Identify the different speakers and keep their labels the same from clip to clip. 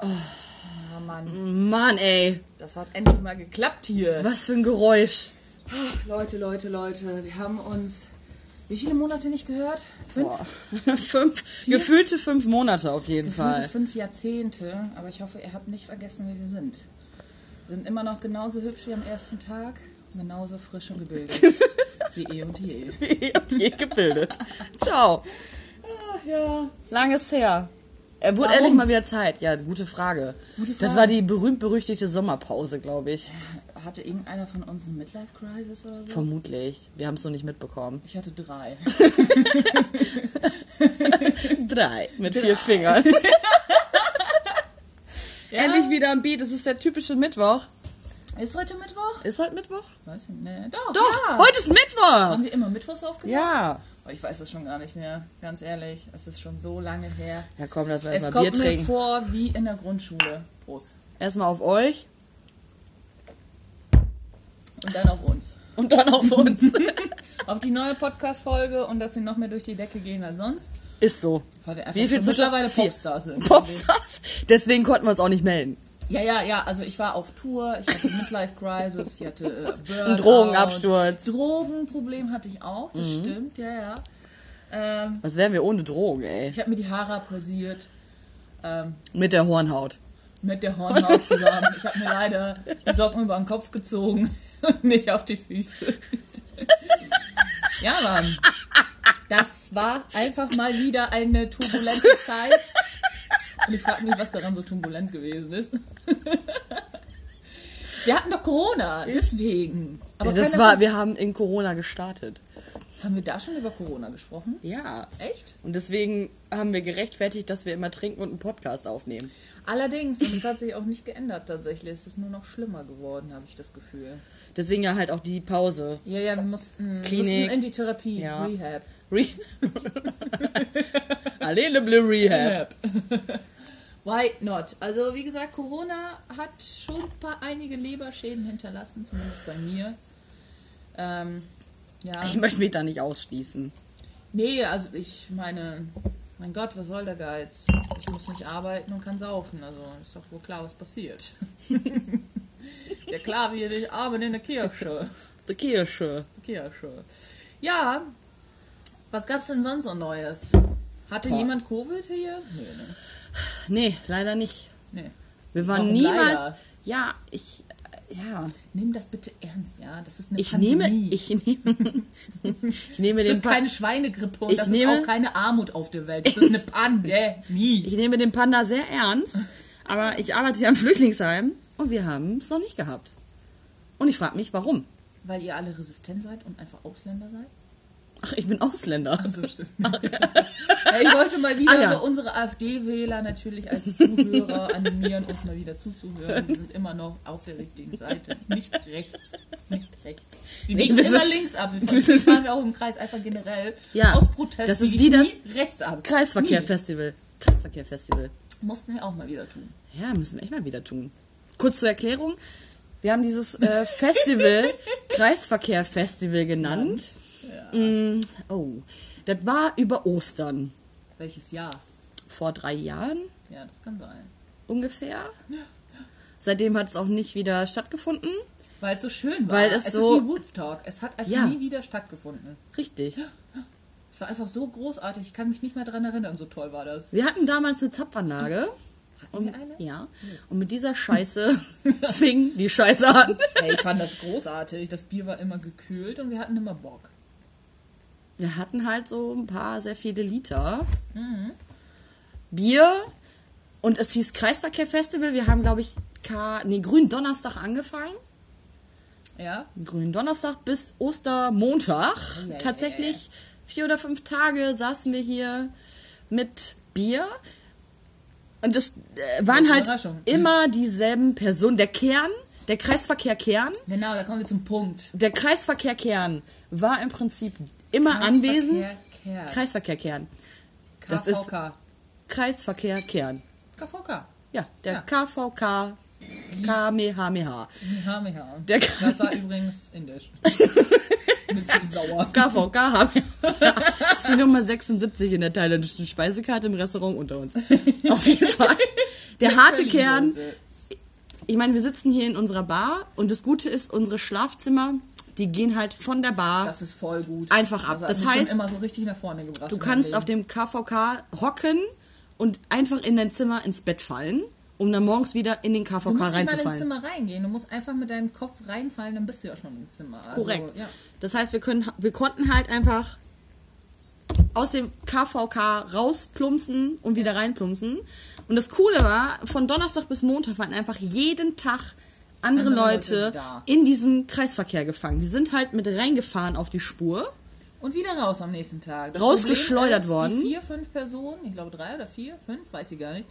Speaker 1: Oh Mann,
Speaker 2: Mann, ey.
Speaker 1: das hat endlich mal geklappt hier.
Speaker 2: Was für ein Geräusch.
Speaker 1: Leute, Leute, Leute, wir haben uns wie viele Monate nicht gehört? Fünf?
Speaker 2: Boah. fünf, gefühlte fünf Monate auf jeden
Speaker 1: Gefühlte
Speaker 2: Fall.
Speaker 1: fünf Jahrzehnte, aber ich hoffe, ihr habt nicht vergessen, wer wir sind. Wir sind immer noch genauso hübsch wie am ersten Tag, genauso frisch und gebildet. wie eh und je.
Speaker 2: Je gebildet. Ciao.
Speaker 1: Ach ja.
Speaker 2: Langes her. Er wurde
Speaker 1: Warum?
Speaker 2: endlich mal wieder Zeit. Ja, gute Frage.
Speaker 1: Gute
Speaker 2: Das
Speaker 1: Frage.
Speaker 2: war die berühmt-berüchtigte Sommerpause, glaube ich.
Speaker 1: Hatte irgendeiner von uns einen Midlife-Crisis oder so?
Speaker 2: Vermutlich. Wir haben es noch nicht mitbekommen.
Speaker 1: Ich hatte drei.
Speaker 2: Drei mit vier Fingern. Endlich wieder am Beat. Es ist der typische Mittwoch.
Speaker 1: Ist heute Mittwoch?
Speaker 2: Ist heute Mittwoch?
Speaker 1: Weiß ich nicht. Nee, doch,
Speaker 2: Doch,
Speaker 1: ja.
Speaker 2: heute ist Mittwoch.
Speaker 1: Haben wir immer Mittwochs aufgenommen?
Speaker 2: Ja.
Speaker 1: Oh, Ich weiß das schon gar nicht mehr, ganz ehrlich. Es ist schon so lange her.
Speaker 2: Ja, komm, lass uns
Speaker 1: es
Speaker 2: erstmal Bier
Speaker 1: kommt mir
Speaker 2: trinken.
Speaker 1: vor wie in der Grundschule. Prost.
Speaker 2: Erstmal auf euch
Speaker 1: Und dann auf uns.
Speaker 2: und dann auf uns.
Speaker 1: Auf die neue Podcast-Folge und dass wir noch mehr durch die Decke gehen als sonst.
Speaker 2: ist so.
Speaker 1: Weil wir einfach
Speaker 2: Wie viel
Speaker 1: schon
Speaker 2: Zuschauer-
Speaker 1: mittlerweile
Speaker 2: Vier.
Speaker 1: Popstars sind.
Speaker 2: Popstars. Deswegen konnten wir uns auch nicht melden.
Speaker 1: Ja, ja, ja. Also ich war auf Tour, ich hatte Midlife-Crisis, ich hatte äh, Burnout.
Speaker 2: Ein Drogenabsturz. Mhm.
Speaker 1: Drogenproblem hatte ich auch, das stimmt, ja, ja. Ähm,
Speaker 2: Was wären wir ohne Drogen, ey?
Speaker 1: ich habe mir die Haare abrasiert. Ähm,
Speaker 2: Mit der Hornhaut.
Speaker 1: mit der Hornhaut zusammen. Ich habe mir leider die Socken über den Kopf gezogen und nicht auf die Füße. Ja, Mann. Das war einfach mal wieder eine turbulente Zeit. Und ich frage mich, was daran so turbulent gewesen ist. Wir hatten doch Corona, deswegen. Aber
Speaker 2: Ja, das
Speaker 1: keiner-
Speaker 2: war, wir haben in Corona gestartet.
Speaker 1: haben wir da schon über Corona gesprochen?
Speaker 2: Ja.
Speaker 1: Echt?
Speaker 2: Und deswegen haben wir gerechtfertigt, dass wir immer trinken und einen Podcast aufnehmen.
Speaker 1: Allerdings, und es hat sich auch nicht geändert tatsächlich. Es ist nur noch schlimmer geworden, habe ich das Gefühl.
Speaker 2: Deswegen ja halt auch die Pause.
Speaker 1: Ja, ja, wir mussten,
Speaker 2: Klinik.
Speaker 1: mussten in die Therapie,
Speaker 2: Ja.
Speaker 1: Rehab.
Speaker 2: Re Alene Blue Rehab.
Speaker 1: Why not? Also wie gesagt, Corona hat schon ein paar, einige Leberschäden hinterlassen, zumindest bei mir. Ähm, ja,
Speaker 2: Ich möchte mich da nicht ausschließen.
Speaker 1: nee, also ich meine, mein Gott, was soll der Geiz? Ich muss nicht arbeiten und kann saufen, also ist doch wohl klar, was passiert. ja klar, wir nicht arbeiten in der Kirche.
Speaker 2: Die Kirsche.
Speaker 1: Kirche. Ja, was gab's denn sonst so Neues? Hatte
Speaker 2: Boah.
Speaker 1: jemand Covid hier? Nee, ne?
Speaker 2: Nee, leider nicht.
Speaker 1: Nee.
Speaker 2: Wir waren
Speaker 1: Warum
Speaker 2: niemals.
Speaker 1: leider?
Speaker 2: Ja, ich. Ja,
Speaker 1: Nimm das bitte ernst, ja? Das ist eine
Speaker 2: ich
Speaker 1: Pandemie.
Speaker 2: nehme, ich nehme, ich nehme
Speaker 1: das
Speaker 2: den,
Speaker 1: ist
Speaker 2: Pa-
Speaker 1: keine Schweinegrippe und
Speaker 2: Ich
Speaker 1: das
Speaker 2: nehme-
Speaker 1: ist auch keine Armut auf der Welt. Das ist eine Pandemie.
Speaker 2: ich nehme den Panda sehr ernst, aber ich arbeite ja im Flüchtlingsheim und wir haben es noch nicht gehabt. Und ich frage mich, warum?
Speaker 1: Weil ihr alle resistent seid und einfach Ausländer seid?
Speaker 2: Ach, ich bin Ausländer.
Speaker 1: Also stimmt. ja, ich wollte mal wieder
Speaker 2: Ah, ja.
Speaker 1: so unsere AfD-Wähler natürlich als Zuhörer animieren, uns mal wieder zuzuhören. Wir sind immer noch auf der richtigen Seite. Nicht rechts. Nicht rechts. Wir
Speaker 2: Nee,
Speaker 1: biegen
Speaker 2: wir
Speaker 1: immer
Speaker 2: sind-
Speaker 1: links ab.
Speaker 2: wir
Speaker 1: Wir
Speaker 2: sind-
Speaker 1: fahren wir auch im Kreis einfach generell.
Speaker 2: Ja,
Speaker 1: Aus Protest
Speaker 2: das ist
Speaker 1: biege
Speaker 2: wie
Speaker 1: ich
Speaker 2: das
Speaker 1: nie rechts ab. Nie.
Speaker 2: Kreisverkehrfestival. Kreisverkehrfestival.
Speaker 1: Mussten wir auch mal wieder tun.
Speaker 2: Ja, müssen wir echt mal wieder tun. Kurz zur Erklärung. Wir haben dieses äh, Festival, Kreisverkehrfestival genannt. Mm, oh, das war über Ostern.
Speaker 1: Welches Jahr?
Speaker 2: Vor drei Jahren
Speaker 1: Ja, das kann sein.
Speaker 2: ungefähr. Seitdem hat es auch nicht wieder stattgefunden.
Speaker 1: Weil es so schön war.
Speaker 2: Weil es
Speaker 1: es
Speaker 2: so-
Speaker 1: ist wie Woodstock. Es hat einfach
Speaker 2: Ja.
Speaker 1: nie wieder stattgefunden.
Speaker 2: Richtig.
Speaker 1: Es war einfach so großartig. Ich kann mich nicht mehr daran erinnern, so toll war das.
Speaker 2: Wir hatten damals eine Zapfanlage. Und,
Speaker 1: wir eine?
Speaker 2: Ja. Und mit dieser Scheiße fing die Scheiße an.
Speaker 1: Hey, ich fand das großartig. Das Bier war immer gekühlt und wir hatten immer Bock.
Speaker 2: Wir hatten halt so ein paar, sehr viele Liter
Speaker 1: Mhm.
Speaker 2: Bier und es hieß Kreisverkehrfestival. Wir haben, glaube ich, K nee, Grünen Donnerstag angefangen.
Speaker 1: Ja?
Speaker 2: Grünen Donnerstag bis Ostermontag.
Speaker 1: Oh, ja, ja,
Speaker 2: Tatsächlich vier oder fünf Tage saßen wir hier mit Bier. Und es äh, waren
Speaker 1: Große
Speaker 2: halt
Speaker 1: Überraschung.
Speaker 2: immer dieselben Personen. Der Kern, der Kreisverkehr Kern,
Speaker 1: Genau, da kommen wir zum Punkt.
Speaker 2: der Kreisverkehr Kern war im Prinzip immer anwesend.
Speaker 1: Kreisverkehr Kern.
Speaker 2: Kreisverkehr Kern. Das ist-
Speaker 1: KVK.
Speaker 2: Kreisverkehr Kern.
Speaker 1: KVK.
Speaker 2: Ja, der
Speaker 1: Ja.
Speaker 2: KVK KMHMH.
Speaker 1: Kameha.
Speaker 2: Der K
Speaker 1: Das war übrigens indisch. Mit sauer.
Speaker 2: KVK HMH. ist die Nummer 76 in der thailändischen Speisekarte im Restaurant unter uns. Auf jeden Fall. Der harte
Speaker 1: Curlysoße.
Speaker 2: Kern. Ich meine, wir sitzen hier in unserer Bar und das Gute ist, unsere Schlafzimmer, die gehen halt von der Bar.
Speaker 1: Das ist voll gut.
Speaker 2: Einfach ab.
Speaker 1: hat
Speaker 2: Das
Speaker 1: mich schon
Speaker 2: heißt,
Speaker 1: immer so richtig nach vorne gebracht.
Speaker 2: Du
Speaker 1: in
Speaker 2: kannst
Speaker 1: meinem
Speaker 2: auf dem KVK hocken und einfach in dein Zimmer ins Bett fallen, um dann morgens wieder in den KVK
Speaker 1: Du musst nicht mal ins
Speaker 2: reinzufallen.
Speaker 1: Zimmer reingehen. Du musst einfach mit deinem Kopf reinfallen, dann bist du ja schon im Zimmer. Also,
Speaker 2: Korrekt.
Speaker 1: Ja.
Speaker 2: Das heißt, wir, können, wir konnten halt einfach aus dem KVK rausplumpsen und wieder reinplumpsen. Und das Coole war, von Donnerstag bis Montag waren einfach jeden Tag
Speaker 1: Andere
Speaker 2: andere,
Speaker 1: Leute
Speaker 2: Leute
Speaker 1: da.
Speaker 2: in diesem Kreisverkehr gefangen. Die sind halt mit reingefahren auf die Spur.
Speaker 1: Und wieder raus am nächsten Tag. Das Problem
Speaker 2: Rausgeschleudert
Speaker 1: ist,
Speaker 2: worden.
Speaker 1: Die vier, fünf Personen, ich glaube drei oder vier, fünf, weiß ich gar nicht,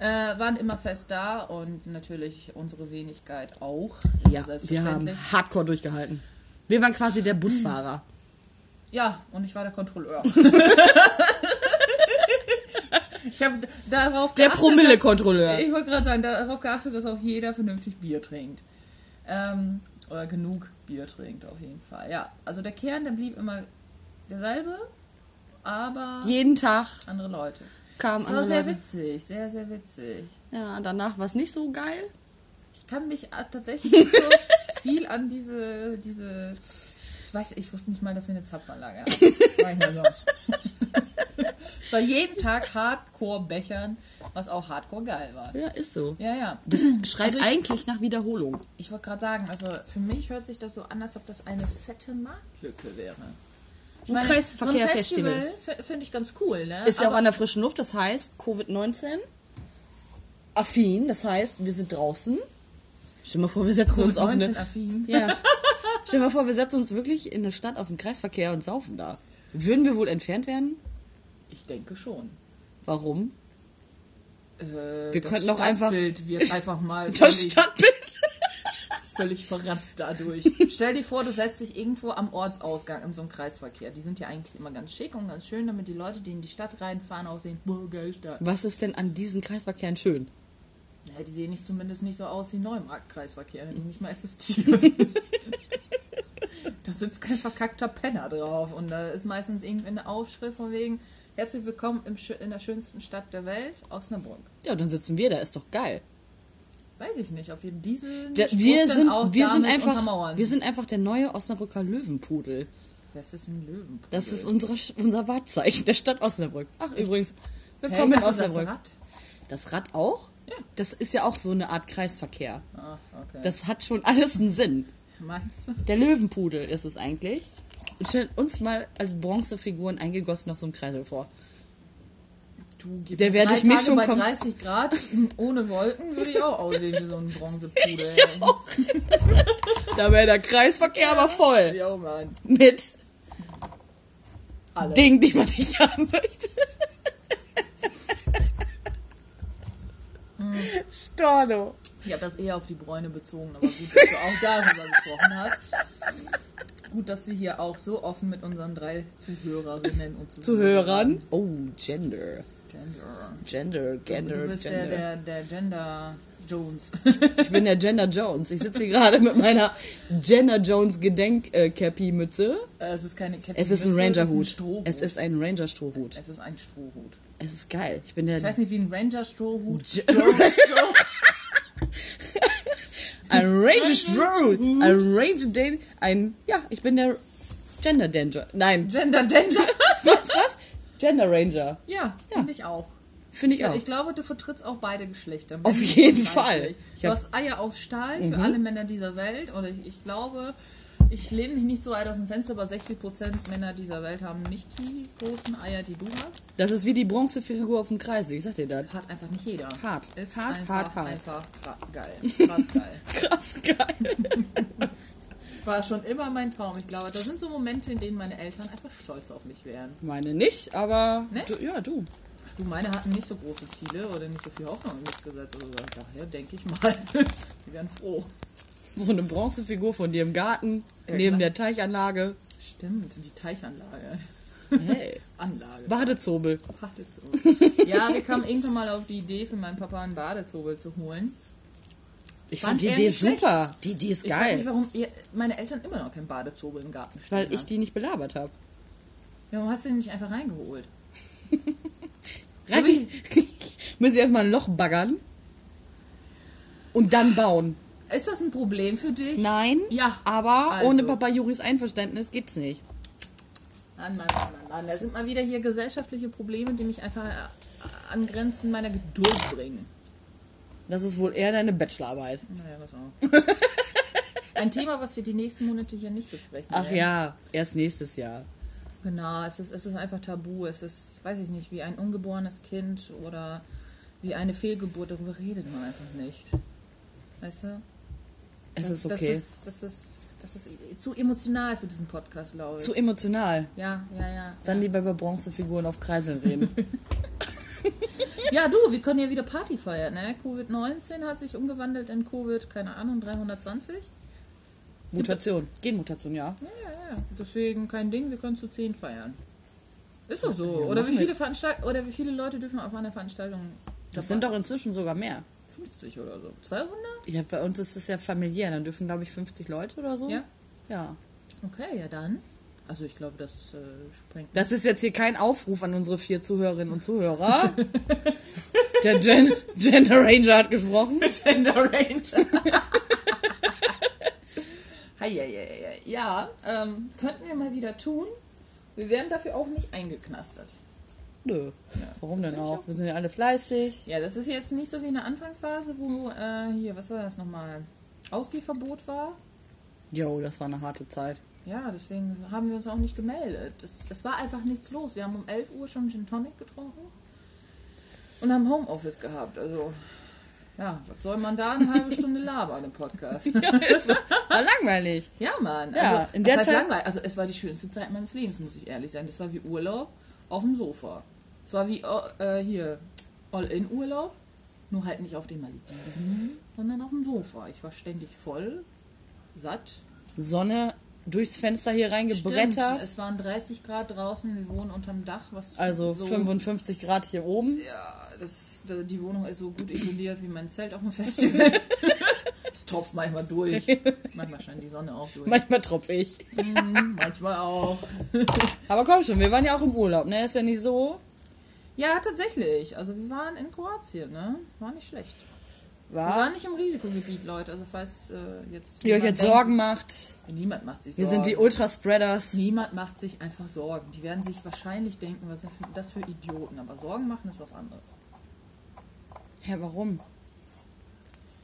Speaker 1: äh, waren immer fest da und natürlich unsere Wenigkeit auch.
Speaker 2: Ja, wir haben hardcore durchgehalten. Wir waren quasi der Busfahrer.
Speaker 1: Ja, und ich war der Kontrolleur. ich habe darauf
Speaker 2: Der
Speaker 1: geachtet,
Speaker 2: Promillekontrolleur.
Speaker 1: dass- Ich wollte gerade sagen, darauf geachtet, dass auch jeder vernünftig Bier trinkt. Ähm, oder genug Bier trinkt auf jeden Fall. Ja, also der Kern, der blieb immer derselbe, aber
Speaker 2: Jeden Tag
Speaker 1: andere Leute.
Speaker 2: kamen
Speaker 1: Es war
Speaker 2: andere
Speaker 1: sehr
Speaker 2: Leute.
Speaker 1: witzig, sehr, sehr witzig.
Speaker 2: Ja, danach war es nicht so geil.
Speaker 1: Ich kann mich äh, tatsächlich nicht so viel an diese, diese, ich weiß, ich wusste nicht mal, dass wir eine Zapfanlage haben. Sag ich mal so. Es war jeden Tag Hardcore bechern, was auch Hardcore geil war.
Speaker 2: Ja, ist so.
Speaker 1: Ja, Also ja.
Speaker 2: Das schreit eigentlich nach Wiederholung.
Speaker 1: Ich wollte gerade sagen, also für mich hört sich das so an, als ob das eine fette Marktlücke wäre. Ich so
Speaker 2: Ein
Speaker 1: ein
Speaker 2: Kreisverkehr-Festival.
Speaker 1: Festival fi- finde ich ganz cool, ne?
Speaker 2: Ist ja auch
Speaker 1: Aber-
Speaker 2: an der frischen Luft, das heißt Covid-19 affin, das heißt, wir sind draußen. Stell mal vor, wir setzen uns auf eine
Speaker 1: 19 affin.
Speaker 2: ja. Stell mal vor, wir setzen uns wirklich in der Stadt auf den Kreisverkehr und saufen da. Würden wir wohl entfernt werden?
Speaker 1: Ich denke schon.
Speaker 2: Warum?
Speaker 1: Äh,
Speaker 2: Wir
Speaker 1: das
Speaker 2: könnten doch einfach-
Speaker 1: Stadtbild wird einfach mal
Speaker 2: Das
Speaker 1: völlig-
Speaker 2: Stadtbild.
Speaker 1: völlig verratzt dadurch. Stell dir vor, du setzt dich irgendwo am Ortsausgang in so einem Kreisverkehr. Die sind ja eigentlich immer ganz schick und ganz schön, damit die Leute, die in die Stadt reinfahren, auch sehen, boah, geil Stadt.
Speaker 2: Was ist denn an diesen Kreisverkehren schön?
Speaker 1: Naja, die sehen nicht zumindest nicht so aus wie Neumarkt-Kreisverkehr, die nicht mal existieren. da sitzt kein verkackter Penner drauf und da ist meistens irgendwie eine Aufschrift von wegen Herzlich willkommen im, schö- in der schönsten Stadt der Welt, Osnabrück.
Speaker 2: Ja, dann sitzen wir da, ist doch geil.
Speaker 1: Weiß ich nicht, ob wir diesen
Speaker 2: Da,
Speaker 1: Spruch
Speaker 2: wir
Speaker 1: dann
Speaker 2: sind,
Speaker 1: auch
Speaker 2: wir, sind
Speaker 1: damit
Speaker 2: einfach,
Speaker 1: untermauern.
Speaker 2: wir sind einfach der neue Osnabrücker Löwenpudel.
Speaker 1: das ist ein Löwenpudel.
Speaker 2: Das ist unsere, Sch- unser Wahrzeichen der Stadt Osnabrück. Ach, übrigens,
Speaker 1: Hä,
Speaker 2: willkommen
Speaker 1: ich
Speaker 2: in
Speaker 1: dachte, das
Speaker 2: Osnabrück.
Speaker 1: Rad?
Speaker 2: Das Rad auch?
Speaker 1: Ja.
Speaker 2: Das ist ja auch so eine Art Kreisverkehr.
Speaker 1: Ah, okay.
Speaker 2: Das hat schon alles einen Sinn.
Speaker 1: Meinst du?
Speaker 2: Der Löwenpudel ist es eigentlich. Und Stell uns mal als Bronzefiguren eingegossen auf so einem Kreisel vor.
Speaker 1: Du gibst
Speaker 2: Der wär
Speaker 1: drei
Speaker 2: durch mich
Speaker 1: Tage
Speaker 2: schon
Speaker 1: bei
Speaker 2: kom-
Speaker 1: 30 Grad ohne Wolken würde ich auch aussehen wie so ein Bronzepudel.
Speaker 2: Da wäre der Kreisverkehr aber voll.
Speaker 1: Ja, Mann.
Speaker 2: Mit
Speaker 1: Alle.
Speaker 2: Dingen, die man nicht haben möchte. Storno.
Speaker 1: Ich habe das eher auf die Bräune bezogen, aber gut, dass du auch darüber gesprochen hast. Gut, dass wir hier auch so offen mit unseren drei Zuhörerinnen und Zuhörern.
Speaker 2: Zuhörern. Oh, Gender.
Speaker 1: Gender.
Speaker 2: Gender, Gender,
Speaker 1: Du bist der,
Speaker 2: Gender.
Speaker 1: der, der Gender Jones.
Speaker 2: Ich bin der Gender Jones. Ich sitze hier gerade mit meiner Gender Jones Gedenk-Cappy-Mütze.
Speaker 1: es ist keine Captain
Speaker 2: Es ist ein
Speaker 1: Mütze,
Speaker 2: Rangerhut.
Speaker 1: Strohhut.
Speaker 2: Es ist ein Ranger-Strohhut.
Speaker 1: es ist ein Strohhut.
Speaker 2: Es ist geil. Ich bin der
Speaker 1: Ich weiß nicht, wie ein Ranger-Strohhut.
Speaker 2: Ge-
Speaker 1: Stroh-
Speaker 2: ein Ranger-Strohhut. Ein Ranger-Dan. Ein, ja, ich bin der Gender Danger. Nein,
Speaker 1: Gender Danger.
Speaker 2: was? Gender Ranger.
Speaker 1: Ja, finde ich auch.
Speaker 2: Finde ich auch.
Speaker 1: Ich glaube, du vertrittst auch beide Geschlechter.
Speaker 2: Auf jeden Fall. Ich
Speaker 1: Du
Speaker 2: hab-
Speaker 1: hast Eier aus Stahl für alle Männer dieser Welt. Und ich, ich glaube, ich lehne mich nicht so weit aus dem Fenster, aber 60% Männer dieser Welt haben nicht die großen Eier, die du hast.
Speaker 2: Das ist wie die Bronzefigur auf dem Kreisel. Ich sag dir das.
Speaker 1: Hat einfach nicht jeder.
Speaker 2: Hart.
Speaker 1: Ist
Speaker 2: Hart,
Speaker 1: einfach,
Speaker 2: hart, hart.
Speaker 1: einfach gra- geil. Krass geil.
Speaker 2: Krass geil.
Speaker 1: War schon immer mein Traum. Ich glaube, da sind so Momente, in denen meine Eltern einfach stolz auf mich wären.
Speaker 2: Meine nicht, aber
Speaker 1: Ne?
Speaker 2: du, ja, du.
Speaker 1: Du, meine hatten nicht so große Ziele oder nicht so viel Hoffnung in mich gesetzt. Also daher denke ich mal, die wären froh.
Speaker 2: So eine Bronzefigur von dir im Garten,
Speaker 1: Ja,
Speaker 2: neben
Speaker 1: klar.
Speaker 2: der Teichanlage.
Speaker 1: Stimmt, die Teichanlage.
Speaker 2: Hey.
Speaker 1: Anlage.
Speaker 2: Badezobel.
Speaker 1: Badezobel. Ja, wir kamen irgendwann mal auf die Idee, für meinen Papa einen Badezobel zu holen.
Speaker 2: Ich
Speaker 1: Fand
Speaker 2: fand die
Speaker 1: er
Speaker 2: Idee
Speaker 1: nicht schlecht.
Speaker 2: super. Die Idee ist
Speaker 1: Ich weiß
Speaker 2: geil.
Speaker 1: nicht, warum ihr, meine Eltern immer noch keinen Badezobel im Garten stehen
Speaker 2: weil ich
Speaker 1: haben.
Speaker 2: die nicht belabert habe.
Speaker 1: Ja, Warum hast du den nicht einfach reingeholt?
Speaker 2: Rein. Müssen sie erstmal ein Loch baggern. und dann bauen.
Speaker 1: Ist das ein Problem für dich?
Speaker 2: Nein,
Speaker 1: Ja,
Speaker 2: aber
Speaker 1: also.
Speaker 2: ohne Papa Juris Einverständnis geht's nicht.
Speaker 1: Mann, Mann, Mann, Mann, Mann. Da sind mal wieder hier gesellschaftliche Probleme, die mich einfach äh, an Grenzen meiner Geduld bringen.
Speaker 2: Das ist wohl eher deine Bachelorarbeit.
Speaker 1: Naja, das auch. Ein Thema, was wir die nächsten Monate hier nicht besprechen.
Speaker 2: Ach
Speaker 1: werden.
Speaker 2: ja, erst nächstes Jahr.
Speaker 1: Genau, es ist, es ist einfach tabu. Es ist, weiß ich nicht, wie ein ungeborenes Kind oder wie eine Fehlgeburt. Darüber redet man einfach nicht. Weißt du?
Speaker 2: Es ist
Speaker 1: Das
Speaker 2: okay.
Speaker 1: ist, das ist, das ist zu emotional für diesen Podcast, glaube ich.
Speaker 2: Zu emotional.
Speaker 1: ja, ja, ja.
Speaker 2: Dann lieber über Bronzefiguren auf Kreiseln reden.
Speaker 1: Ja, du, wir können ja wieder Party feiern, ne? Covid-19 hat sich umgewandelt in Covid, keine Ahnung, 320.
Speaker 2: Mutation. Genmutation, ja.
Speaker 1: Ja, ja, ja. Deswegen kein Ding, wir können zu 10 feiern. Ist doch so. Oder wie
Speaker 2: machen
Speaker 1: viele Veranstalt oder wie viele Leute dürfen auf einer Veranstaltung?
Speaker 2: Das sind doch inzwischen sogar mehr.
Speaker 1: 50 oder so. 200?
Speaker 2: Ja, bei uns ist es ja familiär. Dann dürfen, glaube ich, 50 Leute oder so.
Speaker 1: Ja.
Speaker 2: Ja.
Speaker 1: Okay, ja dann. Also ich glaube, das äh, sprengt.
Speaker 2: Das ist jetzt hier kein Aufruf an unsere vier Zuhörerinnen und Zuhörer. Der Gen Gender Ranger hat gesprochen.
Speaker 1: Gender Ranger. Heieiei. ja, ähm, könnten wir mal wieder tun. Wir werden dafür auch nicht eingeknastet.
Speaker 2: Nö. Warum
Speaker 1: das finde
Speaker 2: denn
Speaker 1: ich
Speaker 2: auch? Wir sind ja alle fleißig.
Speaker 1: Ja, das ist jetzt nicht so wie in der Anfangsphase, wo äh, hier, was war das nochmal? Ausgehverbot war.
Speaker 2: Jo, das war eine harte Zeit.
Speaker 1: Ja, deswegen haben wir uns auch nicht gemeldet. Das, das war einfach nichts los. Wir haben um 11 Uhr schon Gin Tonic getrunken und haben Homeoffice gehabt. Also, ja, was soll man da eine halbe Stunde labern im Podcast?
Speaker 2: War langweilig.
Speaker 1: Ja, Mann.
Speaker 2: Ja,
Speaker 1: also,
Speaker 2: in
Speaker 1: das
Speaker 2: der
Speaker 1: heißt
Speaker 2: Zeit-
Speaker 1: langweilig. Also es war die schönste Zeit meines Lebens, muss ich ehrlich sein. Das war wie Urlaub auf dem Sofa. Es war wie oh, äh, hier All-in-Urlaub, nur halt nicht auf den Malediven, sondern auf dem Sofa. Ich war ständig voll, satt.
Speaker 2: Sonne durchs Fenster hier
Speaker 1: Stimmt,
Speaker 2: reingebrettert.
Speaker 1: es waren 30 Grad draußen, wir wohnen unterm Dach. Was
Speaker 2: Also
Speaker 1: so,
Speaker 2: 55 Grad hier oben.
Speaker 1: Ja, das, die Wohnung ist so gut isoliert wie mein Zelt auf dem Festival. Es tropft manchmal durch. Manchmal scheint die Sonne auch durch.
Speaker 2: Manchmal tropfe ich.
Speaker 1: Mhm, manchmal auch.
Speaker 2: Aber komm schon, wir waren ja auch im Urlaub, ne? Ist ja nicht so.
Speaker 1: Ja, tatsächlich. Also wir waren in Kroatien, ne? War nicht schlecht. Wir
Speaker 2: War.
Speaker 1: waren nicht im Risikogebiet, Leute. Also falls äh, jetzt.
Speaker 2: Ihr euch
Speaker 1: jemand
Speaker 2: jetzt
Speaker 1: denkt-
Speaker 2: Sorgen macht.
Speaker 1: Niemand macht sich
Speaker 2: Wir
Speaker 1: Sorgen.
Speaker 2: sind die Ultraspreaders.
Speaker 1: Niemand macht sich einfach Sorgen. Die werden sich wahrscheinlich denken, was sind das für Idioten. Aber Sorgen machen ist was anderes.
Speaker 2: Hä, warum?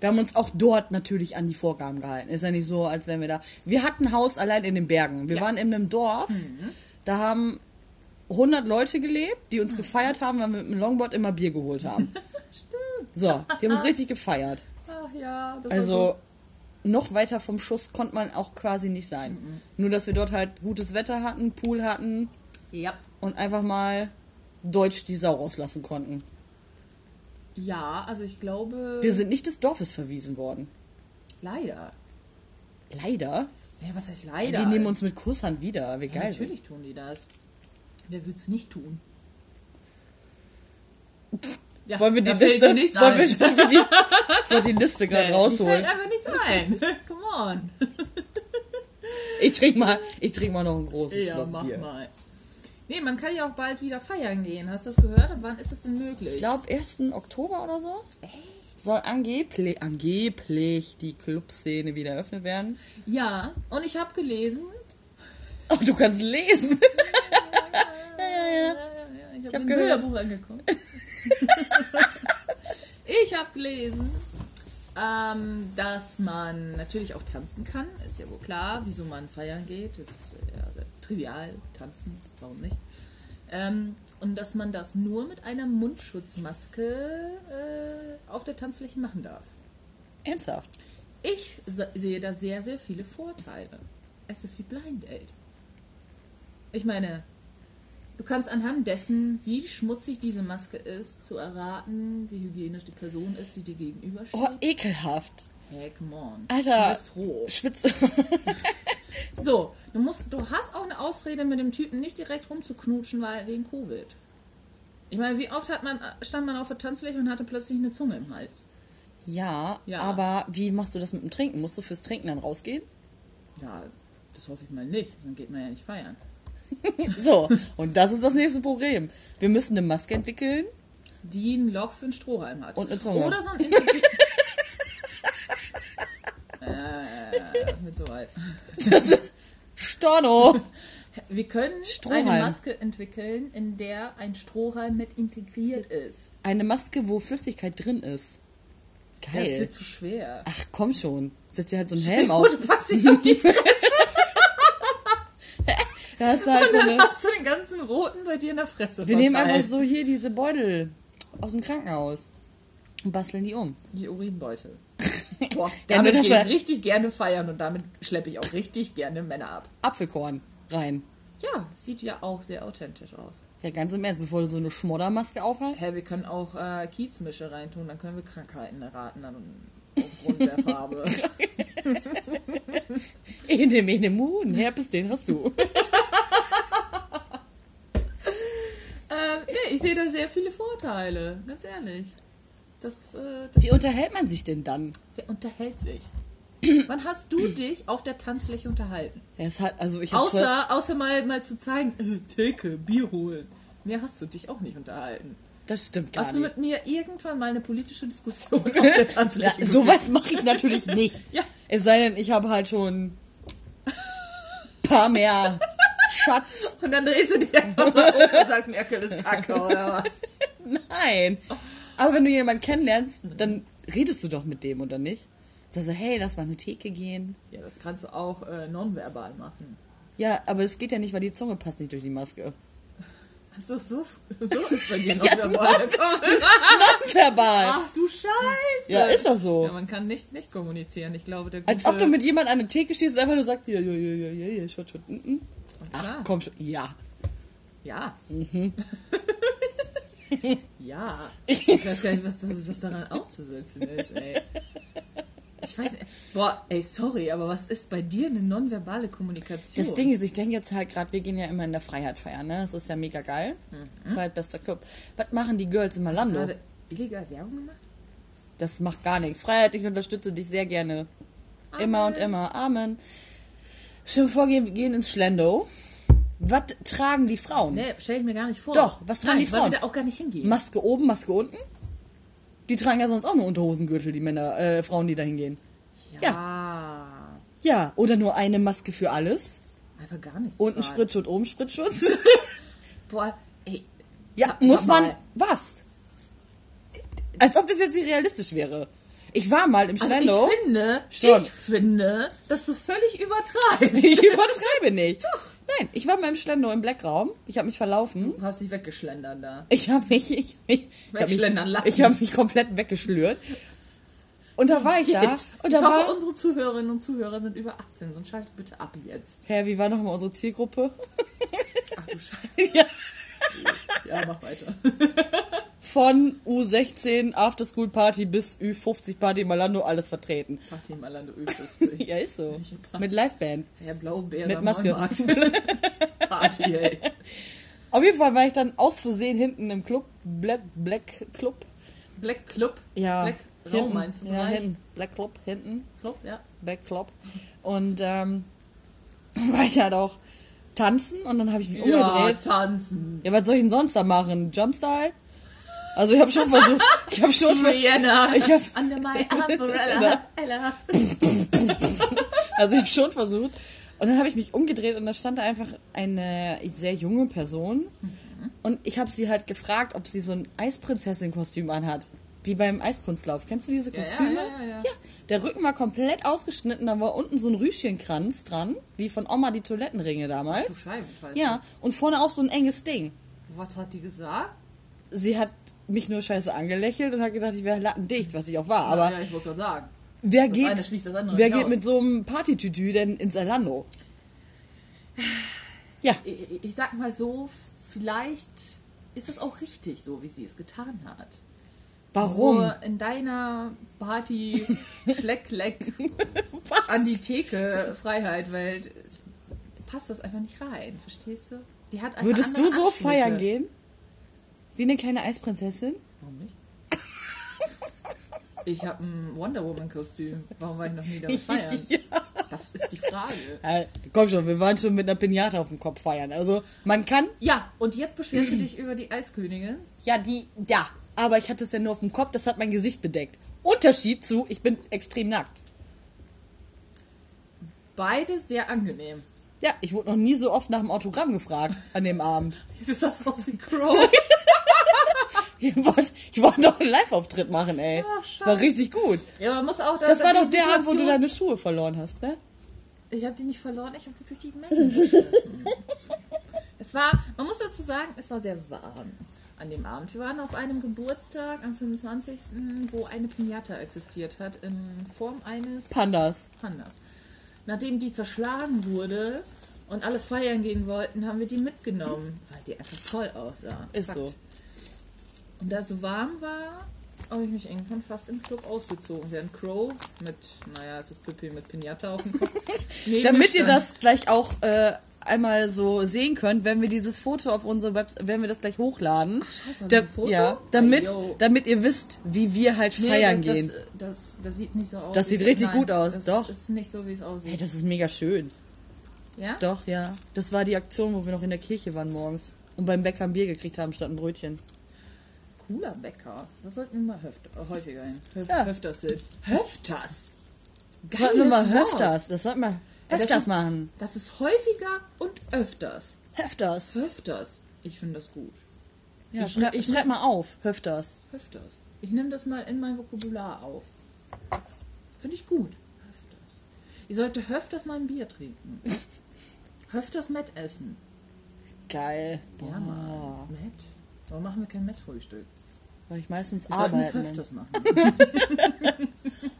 Speaker 2: Wir haben uns auch dort natürlich an die Vorgaben gehalten. Ist ja nicht so, als wären wir da. Wir hatten ein Haus allein in den Bergen. Wir waren in einem Dorf. Da haben 100 Leute gelebt, die uns gefeiert haben, weil wir mit dem Longboard immer Bier geholt haben.
Speaker 1: Stimmt.
Speaker 2: So, die haben uns richtig gefeiert.
Speaker 1: Ach ja. Das
Speaker 2: Also noch weiter vom Schuss konnte man auch quasi nicht sein. Nur, dass wir dort halt gutes Wetter hatten, Pool hatten
Speaker 1: Ja.
Speaker 2: und einfach mal deutsch die Sau rauslassen konnten.
Speaker 1: Ja, also ich glaube.
Speaker 2: Wir sind nicht des Dorfes verwiesen worden.
Speaker 1: leider.
Speaker 2: Leider.
Speaker 1: Ja, was heißt leider?
Speaker 2: Die nehmen uns mit Kusshand wieder. Wie
Speaker 1: Ja,
Speaker 2: geil.
Speaker 1: natürlich tun die das. Wer würde es nicht tun? Ja,
Speaker 2: Wollen wir die
Speaker 1: da fällt
Speaker 2: Liste,
Speaker 1: dir nichts
Speaker 2: wollen wir,
Speaker 1: ein.
Speaker 2: wollen wir die, ich wollte die Liste gerade
Speaker 1: Mir
Speaker 2: rausholen.
Speaker 1: fällt einfach nichts ein. Come on.
Speaker 2: Ich trinke mal, ich trink mal noch einen großen
Speaker 1: ja,
Speaker 2: Schluck
Speaker 1: mach
Speaker 2: Bier.
Speaker 1: mal. Nee, man kann ja auch bald wieder feiern gehen. Hast du das gehört? Und wann ist das denn möglich?
Speaker 2: Ich glaube, 1. Oktober oder so soll angeblich, angeblich die Clubszene wieder eröffnet werden.
Speaker 1: Ja, und ich habe gelesen.
Speaker 2: Oh, du kannst lesen.
Speaker 1: Ja, ja, ja, ich habe
Speaker 2: hab
Speaker 1: hab mir ein
Speaker 2: gehört.
Speaker 1: Bilderbuch angeguckt. ich habe gelesen, ähm, dass man natürlich auch tanzen kann. Ist ja wohl klar, wieso man feiern geht. Ist ja trivial, tanzen, warum nicht? Ähm, und dass man das nur mit einer Mundschutzmaske äh, auf der Tanzfläche machen darf.
Speaker 2: Ernsthaft.
Speaker 1: Ich se- sehe da sehr, sehr viele Vorteile. Es ist wie Blind Date. Ich meine, du kannst anhand dessen, wie schmutzig diese Maske ist, zu erraten, wie hygienisch die Person ist, die dir gegenübersteht.
Speaker 2: Oh, ekelhaft.
Speaker 1: Hey, come on. Du
Speaker 2: Alter,
Speaker 1: bist froh.
Speaker 2: Schwitze.
Speaker 1: So, du, musst, du hast auch eine Ausrede, mit dem Typen nicht direkt rumzuknutschen, weil wegen Covid. Ich meine, wie oft hat man, stand man auf der Tanzfläche und hatte plötzlich eine Zunge im Hals?
Speaker 2: Ja,
Speaker 1: Ja.
Speaker 2: aber wie machst du das mit dem Trinken? Musst du fürs Trinken dann rausgehen?
Speaker 1: Ja, das hoffe ich mal nicht. Dann geht man ja nicht feiern.
Speaker 2: So, und das ist das nächste Problem. Wir müssen eine Maske entwickeln.
Speaker 1: die ein Loch für einen Strohhalm hat.
Speaker 2: Und eine Zunge.
Speaker 1: Oder so ein integri- Ja, Äh, das ist mir zu weit.
Speaker 2: Das ist Storno.
Speaker 1: Wir können
Speaker 2: Strohhalm.
Speaker 1: eine Maske entwickeln, in der ein Strohhalm mit integriert ist.
Speaker 2: Eine Maske, wo Flüssigkeit drin ist.
Speaker 1: Ja, Das
Speaker 2: Geil.
Speaker 1: wird zu schwer.
Speaker 2: Ach komm schon. Setz dir halt so einen Helm
Speaker 1: Oh,
Speaker 2: auf.
Speaker 1: du packst dich auf die Fresse
Speaker 2: Da hast du halt
Speaker 1: und
Speaker 2: so
Speaker 1: dann
Speaker 2: eine,
Speaker 1: hast du den ganzen Roten bei dir in der Fresse
Speaker 2: wir nehmen
Speaker 1: verteilt.
Speaker 2: einfach so hier diese Beutel aus dem Krankenhaus und basteln die um.
Speaker 1: Die Urinbeutel. Boah,
Speaker 2: Ja, nur,
Speaker 1: damit
Speaker 2: dass
Speaker 1: gehe
Speaker 2: er-
Speaker 1: ich richtig gerne feiern und damit schleppe ich auch richtig gerne Männer ab.
Speaker 2: Apfelkorn rein.
Speaker 1: Ja, sieht ja auch sehr authentisch aus.
Speaker 2: Ja, ganz im Ernst, bevor du so eine Schmoddermaske aufhast.
Speaker 1: Hä, wir können auch äh, Kiezmische reintun, dann können wir Krankheiten erraten dann aufgrund der Farbe.
Speaker 2: Ene, mene, moon. Herpes, den hast du.
Speaker 1: ähm, nee, ich sehe da sehr viele Vorteile, ganz ehrlich. Das, äh, das
Speaker 2: Wie unterhält man sich denn dann?
Speaker 1: wer unterhält sich. Wann hast du dich auf der Tanzfläche unterhalten?
Speaker 2: Ja, es hat, also ich hab's voll-
Speaker 1: Außer, außer mal, mal zu zeigen, äh, Theke, Bier holen. Mehr hast du dich auch nicht unterhalten.
Speaker 2: Das stimmt gar
Speaker 1: Hast du
Speaker 2: nicht.
Speaker 1: mit mir irgendwann mal eine politische Diskussion auf der Tanzfläche
Speaker 2: Ja, sowas mache ich natürlich nicht.
Speaker 1: Ja.
Speaker 2: Es sei denn, ich habe halt schon paar mehr Schatz.
Speaker 1: Und dann drehst du dich einfach mal um und sagst, Merkel ist kacke oder was?
Speaker 2: Nein. Aber wenn du jemanden kennenlernst, dann redest du doch mit dem, oder nicht? Sagst du, hey, lass mal eine Theke gehen.
Speaker 1: Ja, das kannst du auch äh, nonverbal machen.
Speaker 2: Ja, aber das geht ja nicht, weil die Zunge passt nicht durch die Maske.
Speaker 1: Achso, so, so ist bei dir nonverbal gekommen.
Speaker 2: Verbal.
Speaker 1: Ach du Scheiße.
Speaker 2: Ja, ist doch so.
Speaker 1: Ja, man kann nicht, nicht kommunizieren. Ich glaube, der gute...
Speaker 2: Als ob du mit jemand an eine Theke stehst und einfach nur sagst, ja, ja, ja, ja, ja, ja, schott, schott, mm, mm. Ach,
Speaker 1: Klar.
Speaker 2: komm schon, ja.
Speaker 1: Ja.
Speaker 2: Mhm.
Speaker 1: ja. Ich weiß gar nicht, was, das, was daran auszusetzen ist, ey. Ich weiß, äh, boah, ey, sorry, aber was ist bei dir eine nonverbale Kommunikation?
Speaker 2: Das Ding ist, ich denke jetzt halt gerade, wir gehen ja immer in der Freiheit feiern, ne? Das ist ja mega geil. Freiheit bester Club. Was machen die Girls in Malando?
Speaker 1: Mhm. Gerade illegal Werbung gemacht?
Speaker 2: Das macht gar nichts. Freiheit, ich unterstütze dich sehr gerne. Immer und immer. Amen. Stimmt vor, wir gehen ins Schlendo. Was tragen die Frauen?
Speaker 1: Nee, stelle ich mir gar nicht vor.
Speaker 2: Doch, was tragen
Speaker 1: Nein,
Speaker 2: die
Speaker 1: Weil
Speaker 2: Frauen?
Speaker 1: wir da auch gar nicht hingehen.
Speaker 2: Maske oben, Maske unten? Die tragen ja sonst auch nur Unterhosengürtel, die Männer, äh, Frauen, die da hingehen.
Speaker 1: ja.
Speaker 2: Ja, oder nur eine Maske für alles.
Speaker 1: Einfach gar nichts.
Speaker 2: Und ein
Speaker 1: tragen.
Speaker 2: Spritzschutz, oben Spritzschutz.
Speaker 1: Boah, ey.
Speaker 2: Ja,
Speaker 1: Sag
Speaker 2: muss man.
Speaker 1: mal.
Speaker 2: Was? Als ob das jetzt nicht realistisch wäre. Ich war mal im Schlendo.
Speaker 1: Also ich finde,
Speaker 2: Stimmt.
Speaker 1: ich finde, dass du völlig übertreibst.
Speaker 2: ich, übertreibe nicht. Nein, ich war mal im Schlendo im Blackraum. Ich habe mich verlaufen.
Speaker 1: Du hast dich weggeschlendert da.
Speaker 2: Ich habe mich, ich hab mich, ich hab
Speaker 1: Wegschlendern
Speaker 2: mich,
Speaker 1: lassen.
Speaker 2: ich hab mich komplett weggeschlürt. Und da war ich da. Und da
Speaker 1: ich hoffe,
Speaker 2: war.
Speaker 1: unsere Zuhörerinnen und Zuhörer sind über 18, sonst schaltet bitte ab jetzt.
Speaker 2: Hä, wie war nochmal unsere Zielgruppe?
Speaker 1: Ach du Scheiße.
Speaker 2: ja.
Speaker 1: Ja, mach weiter.
Speaker 2: Von U16 Afterschool Party bis U50 Party Malando alles vertreten.
Speaker 1: Party im Allande Ö50.
Speaker 2: Ja, ist so.
Speaker 1: Welche Party?
Speaker 2: Mit Liveband.
Speaker 1: Herr Blaubeer,
Speaker 2: Mit Maske.
Speaker 1: Party, ey.
Speaker 2: Auf jeden Fall war ich dann aus Versehen hinten im Club. Black, Black Club.
Speaker 1: Black Club.
Speaker 2: Ja.
Speaker 1: Black Raum
Speaker 2: hinten.
Speaker 1: meinst du?
Speaker 2: Ja,
Speaker 1: Bereich?
Speaker 2: hinten. Black Club, hinten.
Speaker 1: Club, ja.
Speaker 2: Backklop. Und ähm, war ich halt auch tanzen und dann habe ich mich
Speaker 1: Ja,
Speaker 2: umgedreht.
Speaker 1: tanzen.
Speaker 2: Ja, was soll ich denn sonst da machen? Jumpstyle? Also ich habe schon versucht, ich habe schon ver
Speaker 1: Rihanna.
Speaker 2: Ich hab-
Speaker 1: Under my umbrella. Ella.
Speaker 2: also ich habe schon versucht. Und dann habe ich mich umgedreht und da stand da einfach eine sehr junge Person. Und ich habe sie halt gefragt, ob sie so ein Eisprinzessin-Kostüm anhat. Wie beim Eiskunstlauf. Kennst du diese
Speaker 1: ja,
Speaker 2: Kostüme?
Speaker 1: ja, ja, ja.
Speaker 2: der Rücken war komplett ausgeschnitten, da war unten so ein Rüschenkranz dran, wie von Oma die Toilettenringe damals.
Speaker 1: Beschreibend, weißt
Speaker 2: Ja, und vorne auch so ein enges Ding.
Speaker 1: du. Was hat die gesagt?
Speaker 2: Sie hat mich nur scheiße angelächelt und hat gedacht, ich wäre lattendicht, was ich auch war. Aber
Speaker 1: ja, ich wollte gerade sagen.
Speaker 2: wer,
Speaker 1: das
Speaker 2: geht,
Speaker 1: eine schließt das andere
Speaker 2: wer
Speaker 1: nicht
Speaker 2: geht
Speaker 1: aus.
Speaker 2: mit so einem Partytütü denn ins Alano? Ja,
Speaker 1: ich, ich sag mal so, vielleicht ist es auch richtig so, wie sie es getan hat.
Speaker 2: warum?
Speaker 1: Nur in deiner Party Schleck, Leck an die Theke Freiheit, weil passt das einfach nicht rein, verstehst du? Die hat einfach
Speaker 2: Würdest du
Speaker 1: andere
Speaker 2: so
Speaker 1: Ansprüche.
Speaker 2: feiern gehen? Wie eine kleine Eisprinzessin?
Speaker 1: Warum nicht? Ich habe ein Wonder Woman Kostüm. Warum war ich noch nie da feiern? Das ist die Frage.
Speaker 2: Äh, komm schon, wir waren schon mit einer Pinata auf dem Kopf feiern. Also man kann,
Speaker 1: Ja, und jetzt beschwerst du dich über die Eiskönigin.
Speaker 2: ja, die, ja. Aber ich hatte es ja nur auf dem Kopf, das hat mein Gesicht bedeckt. Unterschied zu, ich bin extrem nackt.
Speaker 1: beides sehr angenehm.
Speaker 2: Ja, ich wurde noch nie so oft nach dem Autogramm gefragt an dem Abend.
Speaker 1: Du sahst aus wie Crow.
Speaker 2: Ich wollte ich wollte doch einen Live-Auftritt machen, ey. das war richtig gut.
Speaker 1: ja, man muss auch.
Speaker 2: Das war
Speaker 1: die
Speaker 2: doch der Abend, wo du
Speaker 1: Situation-
Speaker 2: deine Schuhe verloren hast, ne?
Speaker 1: Ich habe die nicht verloren, ich habe die durch die Menge geschliffen. Es war, man muss dazu sagen, es war sehr warm an dem Abend. Wir waren auf einem Geburtstag am 25., wo eine Pinata existiert hat in Form eines
Speaker 2: Pandas.
Speaker 1: Pandas. Nachdem die zerschlagen wurde und alle feiern gehen wollten, haben wir die mitgenommen, weil die einfach toll aussah.
Speaker 2: Ist
Speaker 1: Fakt.
Speaker 2: so.
Speaker 1: Und da es so warm war, habe ich mich irgendwann fast im Club ausgezogen, während Crow mit, naja, es ist Pippi mit Pinata auf dem Kopf. neben mir
Speaker 2: Damit ihr
Speaker 1: stand.
Speaker 2: das gleich auch äh, einmal so sehen könnt, wenn wir dieses Foto auf unsere Website, wenn wir das gleich hochladen,
Speaker 1: scheiße, haben
Speaker 2: da,
Speaker 1: wir ein Foto?
Speaker 2: ja, damit,
Speaker 1: Ey, yo.
Speaker 2: damit ihr wisst, wie wir halt
Speaker 1: Nee,
Speaker 2: feiern
Speaker 1: das,
Speaker 2: gehen.
Speaker 1: Das, das, das sieht nicht so aus.
Speaker 2: Das
Speaker 1: wie
Speaker 2: sieht
Speaker 1: es-
Speaker 2: richtig gut aus,
Speaker 1: das
Speaker 2: doch.
Speaker 1: ist nicht so, wie es
Speaker 2: Ey,
Speaker 1: aussieht.
Speaker 2: das ist mega schön.
Speaker 1: Ja?
Speaker 2: Doch, ja. Das war die Aktion, wo wir noch in der Kirche waren morgens und beim Bäcker ein Bier gekriegt haben statt ein Brötchen.
Speaker 1: Cooler Bäcker. Das sollten wir mal höft, äh, häufiger hin. Höf,
Speaker 2: Ja.
Speaker 1: Höfters hin. Höfters!
Speaker 2: Das sollten wir mal
Speaker 1: Geiles Wort.
Speaker 2: öfters. Das sollten wir
Speaker 1: Ja, das
Speaker 2: öfters
Speaker 1: ist-
Speaker 2: machen.
Speaker 1: Das ist häufiger und öfters.
Speaker 2: Öfters.
Speaker 1: Höfters. Ich finde das gut.
Speaker 2: Ja,
Speaker 1: Ich-
Speaker 2: schreib,
Speaker 1: ich-
Speaker 2: schreib mal auf. Öfters.
Speaker 1: Höfters. Ich nehme das mal in mein Vokabular auf. Finde ich gut. Höfters. Ihr sollte höfters mal ein Bier trinken. höfters Met essen.
Speaker 2: Geil.
Speaker 1: Ja, mal. Met? Warum machen wir kein Met-Frühstück?
Speaker 2: Weil ich meistens
Speaker 1: Wir sollten es
Speaker 2: arbeite.
Speaker 1: öfters machen.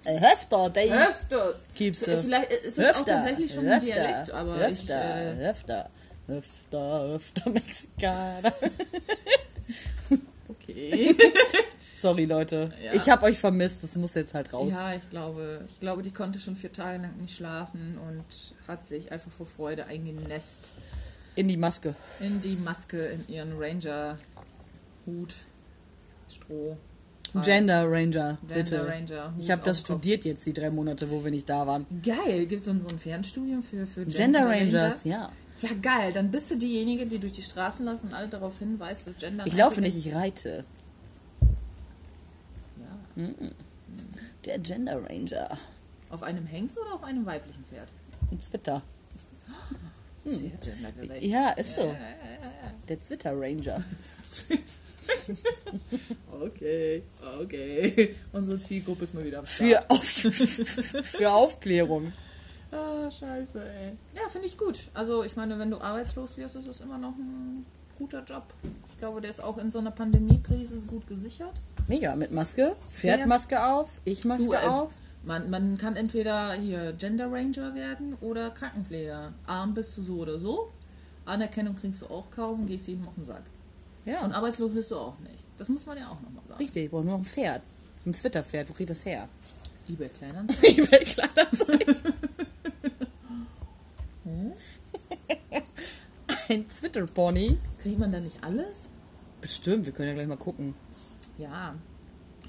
Speaker 2: Öfter, Dave.
Speaker 1: Öfters.
Speaker 2: Äh, Gibt's, äh,
Speaker 1: Vielleicht ist es auch tatsächlich schon ein Dialekt, aber ich, äh,
Speaker 2: öfter, öfter, öfter, öfter Mexikaner.
Speaker 1: okay.
Speaker 2: Sorry, Leute.
Speaker 1: Ja.
Speaker 2: Ich hab euch vermisst. Das muss jetzt halt raus.
Speaker 1: ja, ich glaube, ich glaube, die konnte schon vier Tage lang nicht schlafen und hat sich einfach vor Freude eingenässt
Speaker 2: In die Maske.
Speaker 1: in die Maske, in ihren Ranger-Hut, Stroh. Äh,
Speaker 2: Gender Ranger,
Speaker 1: Gender
Speaker 2: bitte.
Speaker 1: Ranger, Hut
Speaker 2: ich habe das
Speaker 1: auf Kopf.
Speaker 2: studiert jetzt die drei Monate, wo wir nicht da waren.
Speaker 1: Geil, gibt es so ein so ein Fernstudium für, für
Speaker 2: Gender, Rangers, ja.
Speaker 1: Ja, geil, dann bist du diejenige, die durch die Straßen läuft und alle darauf hinweist, dass Gender.
Speaker 2: Ich laufe nicht, ich reite.
Speaker 1: Ja.
Speaker 2: Der Gender Ranger.
Speaker 1: Auf einem Hengst oder auf einem weiblichen Pferd?
Speaker 2: Ein Zwitter. Hm.
Speaker 1: Sehr gendergerecht.
Speaker 2: Ja, ist so. Der Zwitter Ranger.
Speaker 1: Okay, okay. Unsere Zielgruppe ist mal wieder am Start.
Speaker 2: Für, auf für Aufklärung.
Speaker 1: Ah, scheiße, ey. Ja, finde ich gut. Also, ich meine, wenn du arbeitslos wirst, ist es immer noch ein guter Job. Ich glaube, der ist auch in so einer Pandemiekrise gut gesichert.
Speaker 2: Mega, mit Maske. Pferd
Speaker 1: Ja.
Speaker 2: Maske auf, ich Maske
Speaker 1: Du, ähm,
Speaker 2: auf.
Speaker 1: Man, man kann entweder hier Gender Ranger werden oder Krankenpfleger. Arm bist du so oder so. Anerkennung kriegst du auch kaum, gehst jedem auf den Sack.
Speaker 2: Ja,
Speaker 1: Und arbeitslos bist du auch nicht. Das muss man ja auch nochmal sagen.
Speaker 2: richtig, ich brauche nur noch ein Pferd. Ein Zwitterpferd, wo kriegt das her?
Speaker 1: Liebe Kleinern.
Speaker 2: Ebay Kleinanzeigen. Hm? ein Zwitterpony.
Speaker 1: Kriegt man da nicht alles?
Speaker 2: Bestimmt, wir können ja gleich mal gucken.
Speaker 1: Ja,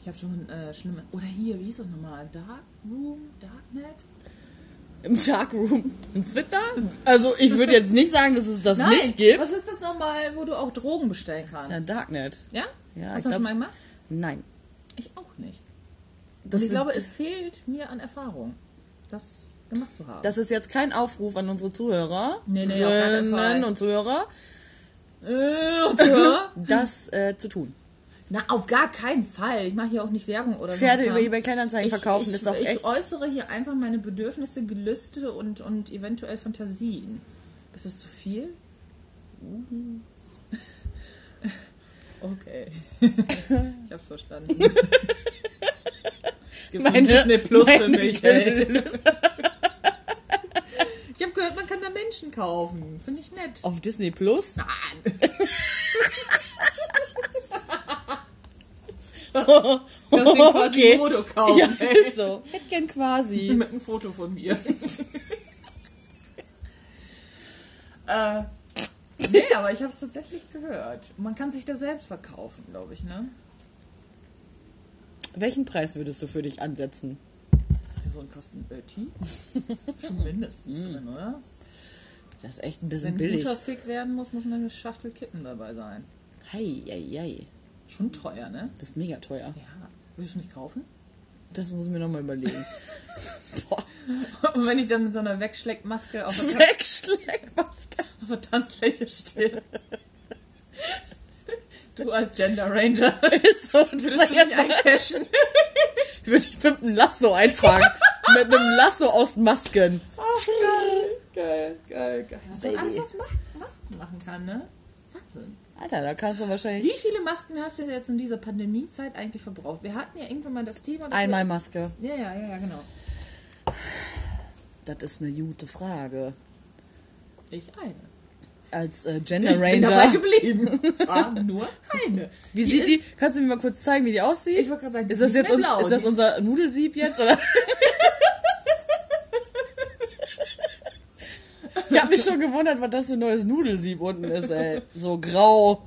Speaker 1: ich habe schon äh, schlimme. Oder hier, wie hieß das nochmal? Dark Room, Darknet?
Speaker 2: Im Darkroom. Ein Zwitter? Also ich würde jetzt nicht sagen, dass es das nicht gibt.
Speaker 1: Was ist das nochmal, wo du auch Drogen bestellen
Speaker 2: Ja,
Speaker 1: kannst?
Speaker 2: Darknet.
Speaker 1: Ja?
Speaker 2: Ja,
Speaker 1: Hast du das
Speaker 2: ich
Speaker 1: schon
Speaker 2: glaub-
Speaker 1: mal gemacht?
Speaker 2: Nein.
Speaker 1: Ich auch nicht.
Speaker 2: Das,
Speaker 1: Und ich glaube,
Speaker 2: ist,
Speaker 1: es fehlt mir an Erfahrung, das gemacht zu haben.
Speaker 2: das ist jetzt kein Aufruf an unsere Zuhörer
Speaker 1: Nee, nee, auf keinen Fall.
Speaker 2: und Zuhörer,
Speaker 1: Äh, und so?
Speaker 2: das äh, zu tun.
Speaker 1: Na, auf gar keinen Fall. Ich mache hier auch nicht Werbung oder so.
Speaker 2: Pferde
Speaker 1: Kram.
Speaker 2: über eBay Kleinanzeigen
Speaker 1: Ich-
Speaker 2: verkaufen
Speaker 1: ich,
Speaker 2: ist auch
Speaker 1: ich
Speaker 2: echt.
Speaker 1: äußere hier einfach meine Bedürfnisse, Gelüste und, und eventuell Fantasien. Ist das zu viel? Uh. Okay. ich hab's verstanden. Gibt's ein Disney Plus für
Speaker 2: meine
Speaker 1: mich, ey.
Speaker 2: Gelüste-
Speaker 1: Ich habe gehört, man kann da Menschen kaufen. Finde ich nett.
Speaker 2: Auf Disney Plus?
Speaker 1: Dass sie quasi
Speaker 2: Okay.
Speaker 1: ein Foto kaufen.
Speaker 2: Ja,
Speaker 1: ey.
Speaker 2: ist so. Hätte gern quasi.
Speaker 1: Mit einem Foto von mir. äh, nee, aber ich habe es tatsächlich gehört. Man kann sich da selbst verkaufen, glaube ich, ne?
Speaker 2: Welchen Preis würdest du für dich ansetzen?
Speaker 1: Für so einen Kasten Ötti. Schon mindestens drin, oder?
Speaker 2: Das ist echt ein bisschen
Speaker 1: Wenn
Speaker 2: Mm. billig.
Speaker 1: guter Fick werden muss, muss eine Schachtel Kippen dabei sein.
Speaker 2: Hei, hei, hei.
Speaker 1: Schon teuer, ne?
Speaker 2: Das ist mega teuer.
Speaker 1: Ja. Würdest du nicht kaufen?
Speaker 2: Das muss ich mir nochmal überlegen. Boah,
Speaker 1: Und wenn ich dann mit so einer Wegschleckmaske auf der,
Speaker 2: Wegschleckmaske.
Speaker 1: auf der Tanzfläche stehe. Du als Gender Ranger
Speaker 2: Ist so, das
Speaker 1: würdest
Speaker 2: ist
Speaker 1: du
Speaker 2: jetzt
Speaker 1: mich
Speaker 2: ein
Speaker 1: eincashen.
Speaker 2: würde ich mit einem Lasso einfangen. mit einem Lasso aus Masken.
Speaker 1: Geil, geil, geil. Was man
Speaker 2: Baby.
Speaker 1: alles aus Ma- Masken machen kann, ne? Wahnsinn.
Speaker 2: Alter, da kannst du
Speaker 1: Wie
Speaker 2: wahrscheinlich
Speaker 1: viele Masken hast du jetzt in dieser Pandemiezeit eigentlich verbraucht? Wir hatten ja irgendwann mal das Thema. dass
Speaker 2: einmal Maske.
Speaker 1: Wir, ja, ja, ja, ja, genau.
Speaker 2: Das ist eine gute Frage.
Speaker 1: Ich eine.
Speaker 2: Als äh, Gender
Speaker 1: ich bin dabei
Speaker 2: Ranger.
Speaker 1: geblieben. Es war nur eine.
Speaker 2: Wie sieht die? Kannst du mir mal kurz zeigen, wie die aussieht?
Speaker 1: Ich wollte gerade sagen, die
Speaker 2: ist das
Speaker 1: ist
Speaker 2: jetzt
Speaker 1: nicht
Speaker 2: un
Speaker 1: mehr blau,
Speaker 2: ist das
Speaker 1: die ist-
Speaker 2: unser Nudelsieb jetzt oder? ich habe mich schon gewundert, was das für ein neues Nudelsieb unten ist, ey. So grau,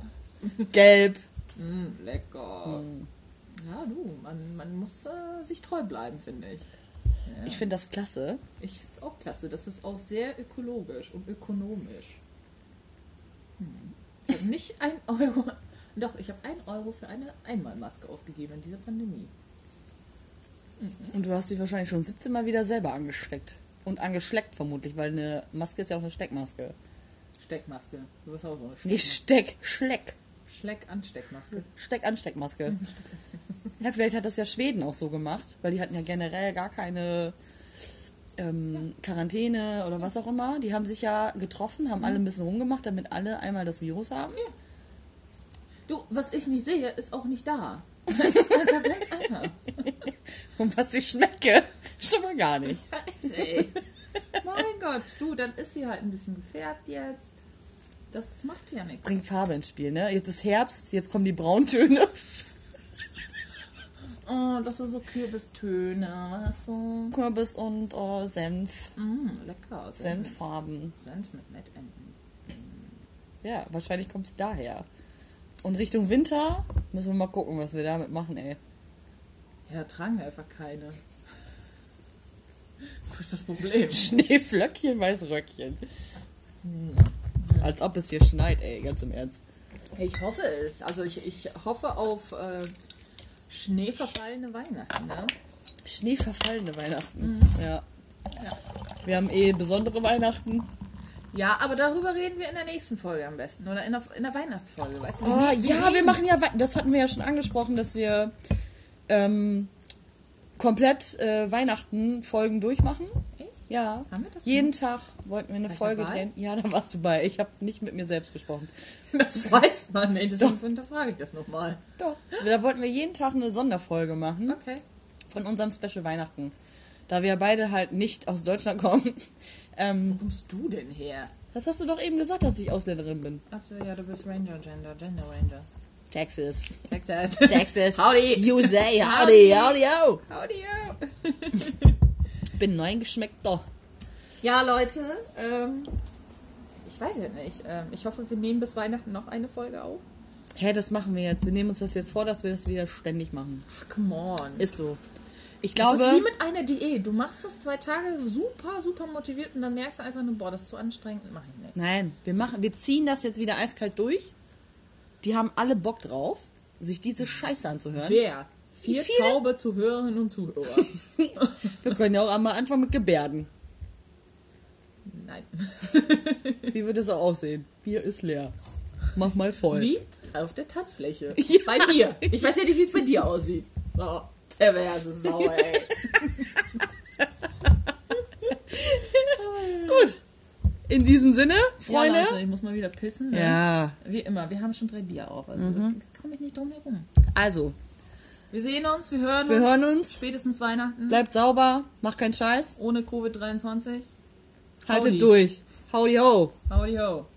Speaker 2: gelb.
Speaker 1: Mm, lecker. Ja, du, man, man muss äh, sich treu bleiben, finde ich.
Speaker 2: Ich finde das klasse.
Speaker 1: Ich finde es auch klasse. Das ist auch sehr ökologisch und ökonomisch. Hm. Ich habe nicht ein Euro. Doch, ich habe ein Euro für eine Einmalmaske ausgegeben in dieser Pandemie.
Speaker 2: Und du hast dich wahrscheinlich schon 17 Mal wieder selber angesteckt. Und angeschleckt vermutlich, weil eine Maske ist ja auch eine Steckmaske.
Speaker 1: Steckmaske. Du bist auch so eine Steck
Speaker 2: Nee, Steck, Schleck.
Speaker 1: Schleck-Ansteckmaske.
Speaker 2: Steck-Ansteckmaske. ja, vielleicht hat das ja Schweden auch so gemacht, weil die hatten ja generell gar keine ähm, Quarantäne oder was auch immer. Die haben sich ja getroffen, haben alle ein bisschen rumgemacht, damit alle einmal das Virus haben.
Speaker 1: Du, was ich nicht sehe, ist auch nicht da. Es ist einfach ganz einfach.
Speaker 2: Und was ich schmecke, schon mal gar nicht.
Speaker 1: Ey. Mein Gott, du, dann ist sie halt ein bisschen gefärbt jetzt. Das macht ja nichts.
Speaker 2: Bringt Farbe ins Spiel, ne? Jetzt ist Herbst, jetzt kommen die Brauntöne.
Speaker 1: Oh, das ist so Kürbistöne, weißt du?
Speaker 2: Kürbis und äh, Senf.
Speaker 1: Mm, lecker. Senf.
Speaker 2: Senffarben.
Speaker 1: Senf mit Mettenden.
Speaker 2: Ja, wahrscheinlich kommt es daher. Und Richtung Winter müssen wir mal gucken, was wir damit machen, ey.
Speaker 1: Ja, tragen wir einfach keine. Wo ist das Problem?
Speaker 2: Schneeflöckchen, weiß Röckchen. Hm. Als ob es hier schneit, ey, ganz im Ernst.
Speaker 1: Hey, ich hoffe es. Also ich, ich hoffe auf äh, schneeverfallene Weihnachten, ne?
Speaker 2: Schneeverfallene Weihnachten. Ja. Wir haben eh besondere Weihnachten.
Speaker 1: Ja, aber darüber reden wir in der nächsten Folge am besten. Oder in der, in der Weihnachtsfolge, weißt du?
Speaker 2: Oh, ja, wir machen ja, Wei- das hatten wir ja schon angesprochen, dass wir ähm, komplett äh, Weihnachten Folgen durchmachen.
Speaker 1: Echt?
Speaker 2: Ja.
Speaker 1: Haben wir das
Speaker 2: Jeden Tag wollten wir eine
Speaker 1: ich
Speaker 2: Folge
Speaker 1: dabei?
Speaker 2: drehen. Ja, da warst du bei. Ich habe nicht mit mir selbst gesprochen.
Speaker 1: Das weiß man nicht, deswegen hinterfrage ich das nochmal.
Speaker 2: Doch. Da wollten wir jeden Tag eine Sonderfolge machen.
Speaker 1: Okay.
Speaker 2: von unserem Special Weihnachten. Da wir beide halt nicht aus Deutschland kommen. Ähm,
Speaker 1: Wo kommst du denn her?
Speaker 2: das hast du doch eben gesagt, dass ich Ausländerin bin.
Speaker 1: Achso, ja, du bist Ranger, Gender, Gender Ranger.
Speaker 2: Texas.
Speaker 1: Texas.
Speaker 2: Texas.
Speaker 1: Howdy.
Speaker 2: USA. Howdy. Howdy.
Speaker 1: Howdy.
Speaker 2: Howdy.
Speaker 1: Howdy. yo.
Speaker 2: Bin neun geschmeckter.
Speaker 1: Ja, Leute, ähm, ich weiß ja nicht. Ähm, ich hoffe, wir nehmen bis Weihnachten noch eine Folge auf.
Speaker 2: Hä, das machen wir jetzt. Wir nehmen uns das jetzt vor, dass wir das wieder ständig machen.
Speaker 1: Ach, come on.
Speaker 2: Ist so. Ich
Speaker 1: Das ist wie
Speaker 2: glaube,
Speaker 1: mit einer Diät. Du machst das zwei Tage super, super motiviert und dann merkst du einfach nur, boah, das ist zu anstrengend, mach ich nicht.
Speaker 2: nein, wir machen, wir ziehen das jetzt wieder eiskalt durch. Die haben alle Bock drauf, sich diese Scheiße anzuhören.
Speaker 1: Wer? Vier
Speaker 2: viele?
Speaker 1: taube Zuhörerinnen und Zuhörer.
Speaker 2: Wir können ja auch einmal anfangen mit Gebärden.
Speaker 1: Nein.
Speaker 2: Wie würde es auch aussehen? Bier ist leer. Mach mal voll.
Speaker 1: Wie? Auf der Tanzfläche.
Speaker 2: Ja.
Speaker 1: Bei dir. Ich weiß ja nicht, wie es bei dir aussieht.
Speaker 2: Ah.
Speaker 1: Oh, perverse Sau, ey.
Speaker 2: Gut. In diesem Sinne, Freunde.
Speaker 1: Ja, Leute, ich muss mal wieder pissen. ne?
Speaker 2: Ja. Mhm.
Speaker 1: Wie immer, wir haben schon drei Bier auf. Also komme ich nicht drum herum.
Speaker 2: Also,
Speaker 1: Wir sehen uns, wir hören
Speaker 2: Wir
Speaker 1: uns.
Speaker 2: hören uns.
Speaker 1: Spätestens Weihnachten.
Speaker 2: bleibt sauber, macht keinen Scheiß,
Speaker 1: Ohne Covid-23.
Speaker 2: haltet
Speaker 1: Howdy.
Speaker 2: durch. Howdy ho.
Speaker 1: Howdy ho.